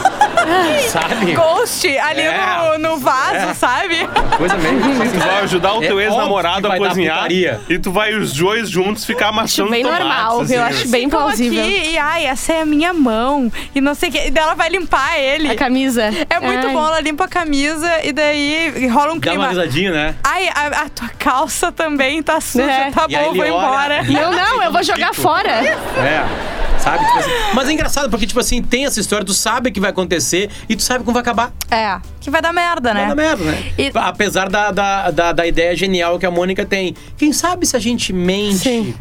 Speaker 1: Sabe?
Speaker 4: Ghost ali
Speaker 1: É.
Speaker 4: no, no vaso, sabe?
Speaker 1: Coisa mesmo.
Speaker 3: Tu vai ajudar o
Speaker 1: É
Speaker 3: teu
Speaker 1: óbvio
Speaker 3: ex-namorado
Speaker 1: que
Speaker 3: a
Speaker 1: vai dar
Speaker 3: cozinhar
Speaker 1: putaria.
Speaker 3: e tu vai os dois juntos ficar
Speaker 2: Acho
Speaker 3: amassando
Speaker 2: bem
Speaker 3: tomates,
Speaker 2: normal, viu? Eu
Speaker 3: assim.
Speaker 2: acho bem
Speaker 4: Ficam
Speaker 2: plausível.
Speaker 4: Tipo Aqui, e ai, essa é a minha mão. E não sei o que. E daí ela vai limpar ele.
Speaker 2: A camisa.
Speaker 4: É muito
Speaker 2: Ai.
Speaker 4: bom, ela limpa a camisa e daí rola um
Speaker 1: Dá uma
Speaker 4: clima.
Speaker 1: risadinha, né?
Speaker 4: Ai, a, a tua calça também tá suja,
Speaker 2: É.
Speaker 4: tá
Speaker 1: E aí
Speaker 4: bom,
Speaker 1: ele
Speaker 4: vou
Speaker 1: olha-
Speaker 4: embora.
Speaker 2: E eu não, eu vou jogar fora.
Speaker 1: É. Sabe? Tipo assim. Mas é engraçado, porque, tipo assim, tem essa história, tu sabe que vai acontecer e tu sabe como vai acabar.
Speaker 4: É, que vai dar merda,
Speaker 1: Vai
Speaker 4: né?
Speaker 1: dar merda, né?
Speaker 4: E-
Speaker 1: Apesar da, da, da, da ideia genial que a Mônica tem. Quem sabe se a gente mente?
Speaker 2: Sim.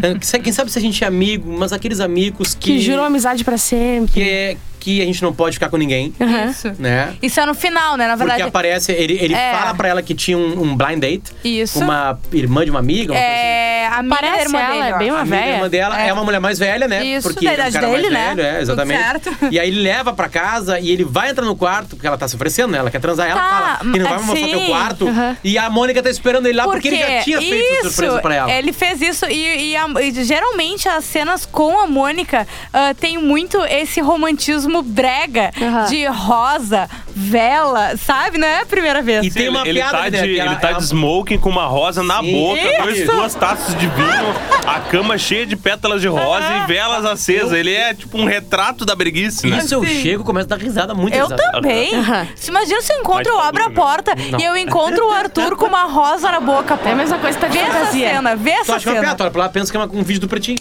Speaker 1: É, Quem sabe se a gente é amigo, mas aqueles amigos que.
Speaker 2: Que juram amizade pra sempre.
Speaker 1: que, é- que a gente não pode ficar com ninguém,
Speaker 2: Aham.
Speaker 4: Isso.
Speaker 1: né?
Speaker 4: Isso é no final, né? Na
Speaker 1: Porque
Speaker 4: verdade.
Speaker 1: aparece, ele, ele
Speaker 4: É.
Speaker 1: fala pra ela que tinha um, um blind date.
Speaker 4: Isso.
Speaker 1: Com uma irmã de uma amiga, uma coisa assim.
Speaker 4: É, a minha
Speaker 2: Parece
Speaker 4: irmã
Speaker 2: ela,
Speaker 4: dele,
Speaker 2: é
Speaker 4: ó.
Speaker 2: bem uma-
Speaker 1: A amiga,
Speaker 2: véia.
Speaker 1: irmã dela é. uma mulher mais velha, né?
Speaker 4: Isso,
Speaker 1: porque
Speaker 4: da
Speaker 1: ele é um
Speaker 4: idade
Speaker 1: cara
Speaker 4: dele,
Speaker 1: mais
Speaker 4: né?
Speaker 1: velho, é,
Speaker 4: Tudo
Speaker 1: exatamente.
Speaker 4: certo.
Speaker 1: E aí ele leva pra casa e ele vai entrar no quarto, porque ela tá se oferecendo, né? Ela quer transar, ela
Speaker 4: Tá,
Speaker 1: fala. E não vai
Speaker 4: assim.
Speaker 1: me mostrar teu quarto.
Speaker 2: Aham.
Speaker 1: E a Mônica tá esperando ele lá porque, ele já tinha feito
Speaker 4: isso,
Speaker 1: surpresa pra ela.
Speaker 4: Ele fez isso e, e a- e geralmente as cenas com a Mônica ah, tem muito esse romantismo brega
Speaker 2: Aham.
Speaker 4: de rosa, vela, sabe? Não é a primeira vez.
Speaker 1: E tem uma
Speaker 3: ele
Speaker 1: piada
Speaker 3: tá
Speaker 1: que
Speaker 3: de,
Speaker 1: tem, que
Speaker 3: ele
Speaker 1: ela-
Speaker 3: tá
Speaker 1: ela-
Speaker 3: de smoking com uma rosa na
Speaker 1: Sim.
Speaker 3: boca, dois,
Speaker 1: Isso.
Speaker 3: duas taças de vinho, a cama cheia de pétalas de rosa e velas acesas. Ele é tipo um retrato da breguice, né?
Speaker 1: Ah, Isso eu chego e começo a dar risada muito
Speaker 4: Eu
Speaker 1: risada.
Speaker 4: também.
Speaker 2: Aham.
Speaker 4: Se imagina se eu encontro, eu
Speaker 3: Mas tá
Speaker 4: abro a
Speaker 3: duro, né?
Speaker 4: porta
Speaker 1: Não.
Speaker 4: e eu encontro o Arthur com uma rosa na boca, pô.
Speaker 2: É a mesma coisa que tá de
Speaker 4: Vê essa
Speaker 2: fantasia.
Speaker 4: cena, vê
Speaker 1: Tu
Speaker 4: essa
Speaker 1: acha que é uma
Speaker 4: cena.
Speaker 1: piada? Tu olha pra lá, pensa que é uma- um vídeo do Pretinho.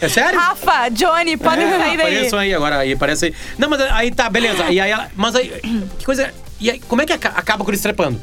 Speaker 1: É sério?
Speaker 4: Rafa, Johnny, podem
Speaker 1: É,
Speaker 4: sair daí.
Speaker 1: Apareçam aí agora, aí aparece aí. Não, mas aí tá, beleza. E aí ela. Mas aí. Que coisa. E aí, como é que aca- acaba com ele estrepando?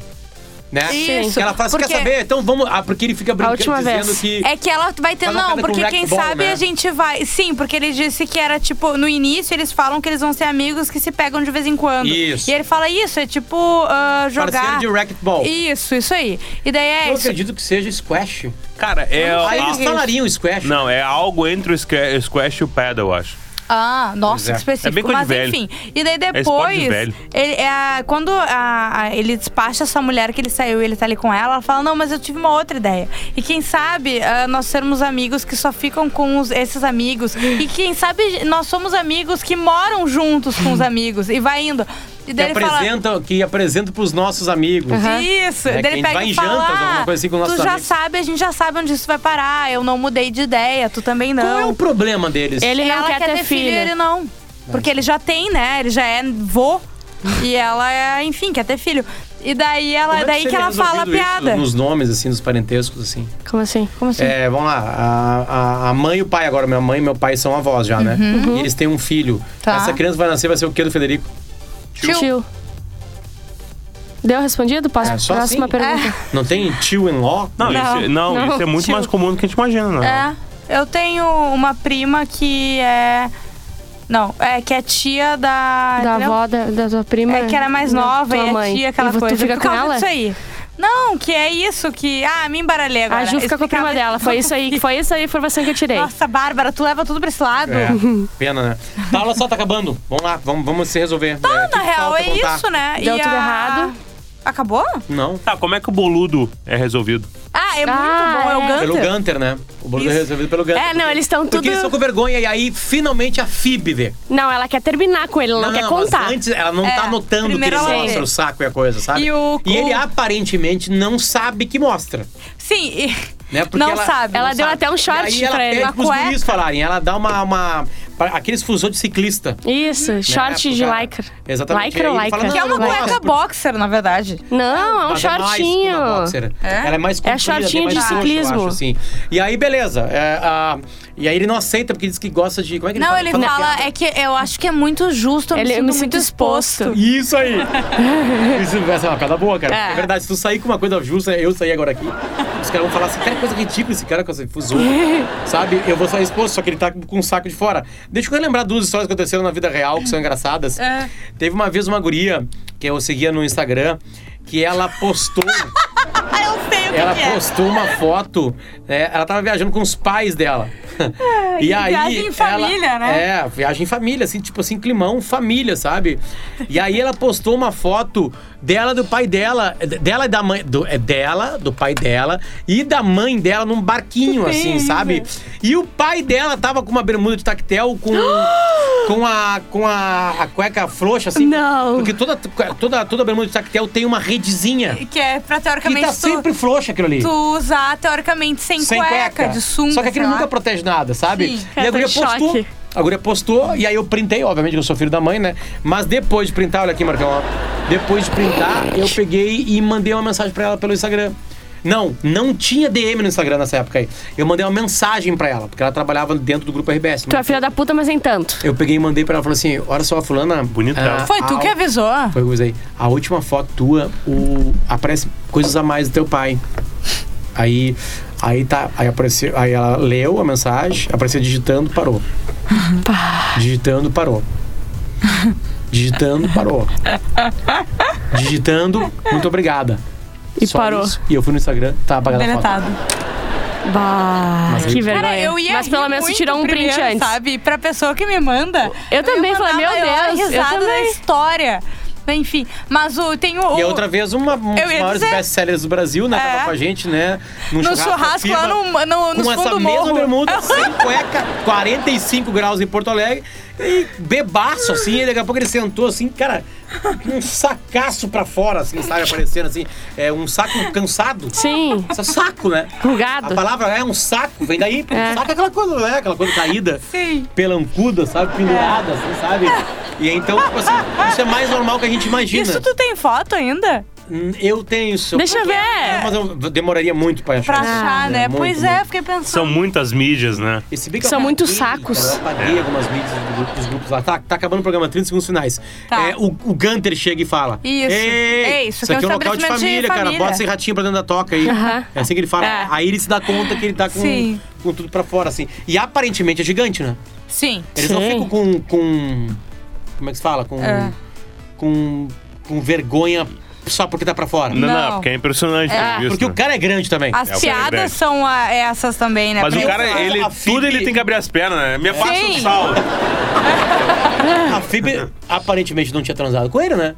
Speaker 1: Né?
Speaker 4: Isso,
Speaker 1: Que ela fala, "Você
Speaker 4: porque-
Speaker 1: quer saber? Então vamos. Ah, porque ele fica brincando,
Speaker 2: última
Speaker 1: dizendo
Speaker 2: vez.
Speaker 1: que.
Speaker 4: É que ela vai ter.
Speaker 1: Faz uma
Speaker 4: Não,
Speaker 1: piada Tá com
Speaker 4: porque
Speaker 1: Black
Speaker 4: quem
Speaker 1: Ball,
Speaker 4: sabe
Speaker 1: né?
Speaker 4: a gente vai. Sim, porque ele disse que era tipo. No início eles falam que eles vão ser amigos que se pegam de vez em quando.
Speaker 1: Isso.
Speaker 4: E ele fala isso, é tipo ah, jogar.
Speaker 1: Parceiro de racquetball.
Speaker 4: Isso, isso aí. E daí é
Speaker 1: Eu
Speaker 4: isso.
Speaker 1: acredito que seja squash.
Speaker 3: Cara, é.
Speaker 1: Aí
Speaker 3: a-
Speaker 1: eles falariam squash.
Speaker 3: Não, é algo entre o squa- squash e o paddle, eu acho.
Speaker 4: Ah, nossa,
Speaker 1: Pois é.
Speaker 4: que específico.
Speaker 3: É bem coisa de
Speaker 4: Mas
Speaker 3: velho.
Speaker 4: enfim. E daí
Speaker 3: esporte de
Speaker 4: depois.
Speaker 3: velho.
Speaker 4: ele- é, quando a- a- ele despacha essa mulher que ele saiu e ele tá ali com ela, ela fala: Não, mas eu tive uma outra ideia. E quem sabe ah, nós sermos amigos que só ficam com os- esses amigos. E quem sabe nós somos amigos que moram juntos com os amigos. E vai indo. E
Speaker 1: Que
Speaker 4: daí ele fala.
Speaker 1: Hum. apresenta, que apresenta pros nossos amigos.
Speaker 4: Isso,
Speaker 1: É, que a gente
Speaker 4: daí ele pega
Speaker 1: vai em
Speaker 4: e fala,
Speaker 1: jantas,
Speaker 4: "Ah,
Speaker 1: alguma coisa assim com
Speaker 4: tu
Speaker 1: nossos
Speaker 4: já
Speaker 1: amigos."
Speaker 4: sabe, a gente já sabe onde isso vai parar. Eu não mudei de ideia, tu também não.
Speaker 1: Qual é o problema deles?
Speaker 2: Ele não
Speaker 4: ela
Speaker 2: quer, ter, filho.
Speaker 4: ele não. Porque ele já tem, né? Ele já é vô. e ela é, enfim, quer ter filho. E daí ela,
Speaker 1: Como é
Speaker 4: daí que,
Speaker 1: seria
Speaker 4: ela fala a
Speaker 1: resolvido isso
Speaker 4: piada.
Speaker 1: Nos nomes, assim, dos parentescos, assim.
Speaker 2: Como assim? Como assim?
Speaker 1: É, vamos lá. A, a- a mãe e o pai agora. Minha mãe e meu pai são avós já, né? E eles têm um filho.
Speaker 4: Uhum. Tá.
Speaker 1: Essa criança vai nascer, vai ser o quê do Federico?
Speaker 2: Tio. Deu respondido? Posso
Speaker 1: É, só
Speaker 2: próxima
Speaker 1: assim.
Speaker 2: pergunta?
Speaker 1: Não tem tio-in-law?
Speaker 3: Não,
Speaker 4: Não.
Speaker 3: Isso, não,
Speaker 2: Não,
Speaker 3: isso é muito
Speaker 2: tio.
Speaker 3: mais comum do que a gente imagina, né?
Speaker 4: É. Eu tenho uma prima que é. Não, é que é tia da.
Speaker 2: Da
Speaker 4: Ah, entendeu?
Speaker 2: avó, da, da tua prima?
Speaker 4: É que era mais
Speaker 2: da
Speaker 4: nova
Speaker 2: tua
Speaker 4: e é
Speaker 2: mãe.
Speaker 4: tia, aquela
Speaker 2: e vo-
Speaker 4: coisa.
Speaker 2: Tu fica
Speaker 4: Por
Speaker 2: com
Speaker 4: causa
Speaker 2: ela?
Speaker 4: disso aí. Não, que é isso que. Ah, me embaralhei agora.
Speaker 2: A Ju fica com a
Speaker 4: Explicava
Speaker 2: prima dela. Foi isso aí, foi essa aí a informação que eu tirei.
Speaker 4: Nossa, Bárbara, tu leva tudo pra esse lado.
Speaker 1: É, pena, né? Tá, olha só, tá acabando. Vamos lá, vamos, vamos se resolver. Tá,
Speaker 4: Não, na real, é isso, né?
Speaker 2: Deu
Speaker 4: E
Speaker 2: tudo
Speaker 4: a-
Speaker 2: errado.
Speaker 4: Acabou?
Speaker 1: Não.
Speaker 3: Tá, como é que o boludo é resolvido?
Speaker 4: Ah, é
Speaker 2: Ah,
Speaker 4: muito bom, é,
Speaker 2: é.
Speaker 4: o Gunter.
Speaker 1: Pelo Gunter, né? O Bruno é
Speaker 4: Isso.
Speaker 1: resolvido pelo Gunter.
Speaker 2: É, não, eles estão
Speaker 1: Porque
Speaker 2: tudo.
Speaker 1: eles estão com vergonha e aí finalmente a Phoebe vê.
Speaker 2: Não, ela quer terminar com ele, ela não, quer
Speaker 1: mas
Speaker 2: contar.
Speaker 1: antes ela não
Speaker 4: É,
Speaker 1: tá notando que
Speaker 4: primeiro
Speaker 1: ele
Speaker 4: ela
Speaker 1: mostra
Speaker 4: vê.
Speaker 1: o saco e a coisa, sabe?
Speaker 4: E o-
Speaker 1: e ele
Speaker 4: o-
Speaker 1: aparentemente não sabe que mostra.
Speaker 4: Sim, e-
Speaker 1: né? Porque
Speaker 4: não sabe.
Speaker 2: ela
Speaker 1: não
Speaker 2: deu até um short
Speaker 1: e aí ela
Speaker 2: pra ele,
Speaker 1: pede
Speaker 2: uma
Speaker 1: pros
Speaker 4: cueca.
Speaker 1: guris falarem, ela dá uma, uma pra- aqueles fusão de ciclista. né,
Speaker 2: Isso, short
Speaker 1: pro
Speaker 2: de
Speaker 1: cara.
Speaker 2: lycra.
Speaker 1: Exatamente.
Speaker 2: Lycra ou
Speaker 1: E aí ele
Speaker 2: lycra?
Speaker 1: fala,
Speaker 4: Que é
Speaker 1: "Não,
Speaker 4: uma
Speaker 1: não
Speaker 4: cueca
Speaker 1: gosto,
Speaker 4: boxer, na verdade.
Speaker 2: Não, é um
Speaker 1: mas é mais
Speaker 2: shortinho.
Speaker 1: que uma boxer.
Speaker 4: É?
Speaker 1: Ela é mais comprida,
Speaker 2: shortinho
Speaker 1: bem
Speaker 2: de
Speaker 1: mais frouxa,
Speaker 2: ciclismo.
Speaker 1: eu acho, assim. E aí, beleza. é, a- e aí ele não aceita, porque diz que gosta de... Como é que ele
Speaker 4: Não,
Speaker 1: fala?
Speaker 4: ele fala, é que eu acho que é muito justo, eu
Speaker 2: Ele-
Speaker 4: me sinto muito exposto.
Speaker 1: Isso aí! Isso essa é uma piada boa, cara.
Speaker 2: É.
Speaker 1: É. verdade, se tu sair com uma coisa justa, eu sair agora aqui, os caras vão falar assim, cara, que coisa ridícula esse cara com essa fusão. Sabe? Eu vou sair exposto, só que ele tá com um saco de fora. Deixa eu relembrar duas histórias que aconteceram na vida real, que são engraçadas.
Speaker 4: É.
Speaker 1: Teve uma vez uma guria, que eu seguia no Instagram, que ela postou...
Speaker 4: Ah, eu sei o que,
Speaker 1: Ela
Speaker 4: que é.
Speaker 1: postou uma foto, né? Ela tava viajando com os pais dela. e
Speaker 4: É, e
Speaker 1: aí,
Speaker 4: viagem em
Speaker 1: ela-
Speaker 4: família, né?
Speaker 1: É, viagem em família, assim, tipo assim, climão, família, sabe? E aí ela postou uma foto dela, do pai dela, é, dela e da mãe, do, é dela, do pai dela e da mãe dela num barquinho, assim, sabe? E o pai dela tava com uma bermuda de tactel com. Com a, com a, a cueca frouxa, assim.
Speaker 2: Não.
Speaker 1: Porque toda, toda, toda bermuda de tactel tem uma redezinha.
Speaker 4: Que é pra
Speaker 1: Que
Speaker 4: teoricamente
Speaker 1: tá
Speaker 4: tu,
Speaker 1: sempre frouxa aquilo ali.
Speaker 4: tu usar teoricamente sem,
Speaker 1: Sem
Speaker 4: cueca,
Speaker 1: cueca.
Speaker 4: de sunga.
Speaker 1: Só que aquilo
Speaker 4: sei lá.
Speaker 1: nunca protege nada, sabe?
Speaker 4: Sim.
Speaker 1: E
Speaker 2: É,
Speaker 1: a
Speaker 2: tô
Speaker 1: guria
Speaker 2: em
Speaker 1: postou.
Speaker 2: choque.
Speaker 1: A guria postou e aí eu printei, obviamente que eu sou filho da mãe, né? Mas depois de printar, olha aqui, Marcão, ó. Depois de printar, eu peguei e mandei uma mensagem pra ela pelo Instagram. Não, não tinha DM no Instagram nessa época aí. Eu mandei uma mensagem pra ela, porque ela trabalhava dentro do grupo RBS.
Speaker 2: Tu é filha da puta, mas nem tanto.
Speaker 1: né? Eu peguei e mandei pra ela, falou assim, olha só, fulana...
Speaker 3: Bonita.
Speaker 1: ah,
Speaker 4: Foi tu
Speaker 1: a-
Speaker 4: que avisou?
Speaker 1: Foi o que eu usei. A última foto tua, o... aparece coisas a mais do teu pai. Aí, aí tá, aí apareceu, aí ela leu a mensagem, apareceu digitando, parou. Digitando, parou. Digitando, parou. Digitando, muito obrigada.
Speaker 2: E parou.
Speaker 1: isso. E eu fui no Instagram, tá apagada a foto.
Speaker 4: Deletado.
Speaker 2: Bah,
Speaker 1: Mas aí-
Speaker 2: que vergonha.
Speaker 1: Cara,
Speaker 4: Cara, eu ia
Speaker 2: mas pelo
Speaker 4: rir
Speaker 2: menos tu
Speaker 4: muito
Speaker 2: tirou um print
Speaker 4: primeiro,
Speaker 2: antes.
Speaker 4: sabe? Pra pessoa que me manda.
Speaker 2: Eu também
Speaker 4: ia
Speaker 2: falei,
Speaker 4: mandar a
Speaker 2: meu
Speaker 4: maior
Speaker 2: Deus, eu
Speaker 4: risada da
Speaker 2: também.
Speaker 4: história. Enfim, mas o, tem o...
Speaker 1: E a outra vez, uma, um dos
Speaker 4: Eu ia
Speaker 1: maiores
Speaker 4: dizer.
Speaker 1: best-sellers do Brasil, né?
Speaker 4: É.
Speaker 1: Tava com a gente, né? Num
Speaker 4: No churrasco lá
Speaker 1: Fiba.
Speaker 4: no, no, no
Speaker 1: com
Speaker 4: fundo
Speaker 1: essa
Speaker 4: do
Speaker 1: mesma
Speaker 4: morro. É
Speaker 1: bermuda, sem cueca, 45 graus em Porto Alegre, e bebaço, assim, e daqui a pouco ele sentou assim, cara, um sacaço pra fora, assim, sabe, aparecendo assim, é um saco cansado.
Speaker 2: Sim,
Speaker 1: Isso é saco, né? A
Speaker 2: rugado.
Speaker 1: palavra é um saco, vem daí,
Speaker 2: É.
Speaker 1: saco é aquela coisa, né? Aquela coisa caída,
Speaker 4: Sim.
Speaker 1: pelancuda, sabe, pendurada, assim, sabe? E então, tipo assim, isso é mais normal que a gente imagina.
Speaker 4: Isso tu tem foto ainda?
Speaker 1: Hum, Eu tenho isso.
Speaker 2: Deixa eu ver.
Speaker 1: Mas eu demoraria muito pra achar.
Speaker 4: Pra
Speaker 1: isso,
Speaker 4: achar, né?
Speaker 1: Muito,
Speaker 4: pois
Speaker 1: muito.
Speaker 4: é, fiquei pensando.
Speaker 3: São muitas mídias, né?
Speaker 1: Esse bico
Speaker 2: São muitos sacos.
Speaker 1: Eu
Speaker 3: É.
Speaker 1: apaguei algumas mídias do grupo- dos grupos lá. Tá, tá acabando o programa, 30 segundos finais.
Speaker 4: Tá.
Speaker 1: É, o, o Gunter chega e fala.
Speaker 4: Isso.
Speaker 1: "Ei,
Speaker 4: É isso,
Speaker 1: Isso
Speaker 4: que é
Speaker 1: aqui é um
Speaker 4: um
Speaker 1: local de
Speaker 4: estabelecimento de
Speaker 1: família, cara.
Speaker 4: família."
Speaker 1: Bota esse ratinho pra dentro da toca aí.
Speaker 2: Aham.
Speaker 1: É assim que ele fala.
Speaker 4: É.
Speaker 1: Aí ele se dá conta que ele tá com,
Speaker 4: Sim.
Speaker 1: com tudo pra fora, assim. E aparentemente é gigante, né?
Speaker 4: Sim.
Speaker 1: Eles não
Speaker 2: Sim.
Speaker 1: ficam com, com. Como é que se fala? Com.
Speaker 4: É.
Speaker 1: Com. Com vergonha só porque tá pra fora.
Speaker 3: Não, não,
Speaker 4: Não.
Speaker 3: porque é impressionante.
Speaker 4: É.
Speaker 3: isso,
Speaker 1: Porque
Speaker 3: né?
Speaker 1: o cara é grande também.
Speaker 4: As
Speaker 3: É, o cara é
Speaker 4: piadas
Speaker 3: grande.
Speaker 4: são ah, essas também, né?
Speaker 3: Mas o
Speaker 4: Porque-
Speaker 3: cara,
Speaker 1: a-
Speaker 3: ele,
Speaker 1: a
Speaker 3: tudo ele
Speaker 1: Phoebe-
Speaker 3: tem que abrir as pernas, né? Me passa um
Speaker 4: Sim.
Speaker 3: sal.
Speaker 1: A Phoebe aparentemente não tinha transado com ele, né?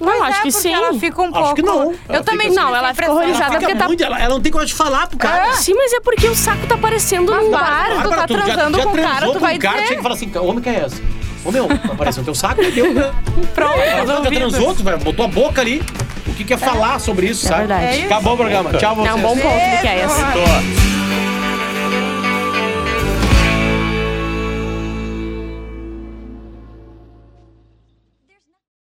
Speaker 2: Não,
Speaker 4: Pois
Speaker 2: acho
Speaker 4: é,
Speaker 2: que
Speaker 4: porque
Speaker 2: sim.
Speaker 4: Ela fica um
Speaker 1: Acho
Speaker 4: pouco...
Speaker 1: que não.
Speaker 4: Eu
Speaker 1: Ela
Speaker 4: também
Speaker 1: fica-
Speaker 4: tive
Speaker 2: Não, ela
Speaker 4: essa
Speaker 2: ficou
Speaker 4: impressão.
Speaker 2: horrorizada.
Speaker 1: Ela,
Speaker 2: porque
Speaker 1: fica
Speaker 2: tá-
Speaker 1: muito- ela- ela não tem coragem de falar pro cara.
Speaker 2: Sim, mas é porque o saco tá aparecendo num bar.
Speaker 4: tu tá
Speaker 1: já-
Speaker 4: transando
Speaker 1: já
Speaker 4: com o cara,
Speaker 1: transou
Speaker 4: tu
Speaker 1: com
Speaker 4: vai
Speaker 1: um cara,
Speaker 4: dizer.
Speaker 1: tinha que falar assim, "Ô, homem que é esse? Ô meu, apareceu teu saco, ele deu, né?
Speaker 4: Pronto,
Speaker 1: Ela já
Speaker 4: resolvido. É
Speaker 1: transou, tu vai- botou a boca ali. O que quer falar sobre isso, sabe?
Speaker 2: verdade.
Speaker 1: Acabou o programa. Tchau, vocês.
Speaker 2: É um bom ponto, Miquel.
Speaker 3: Tô.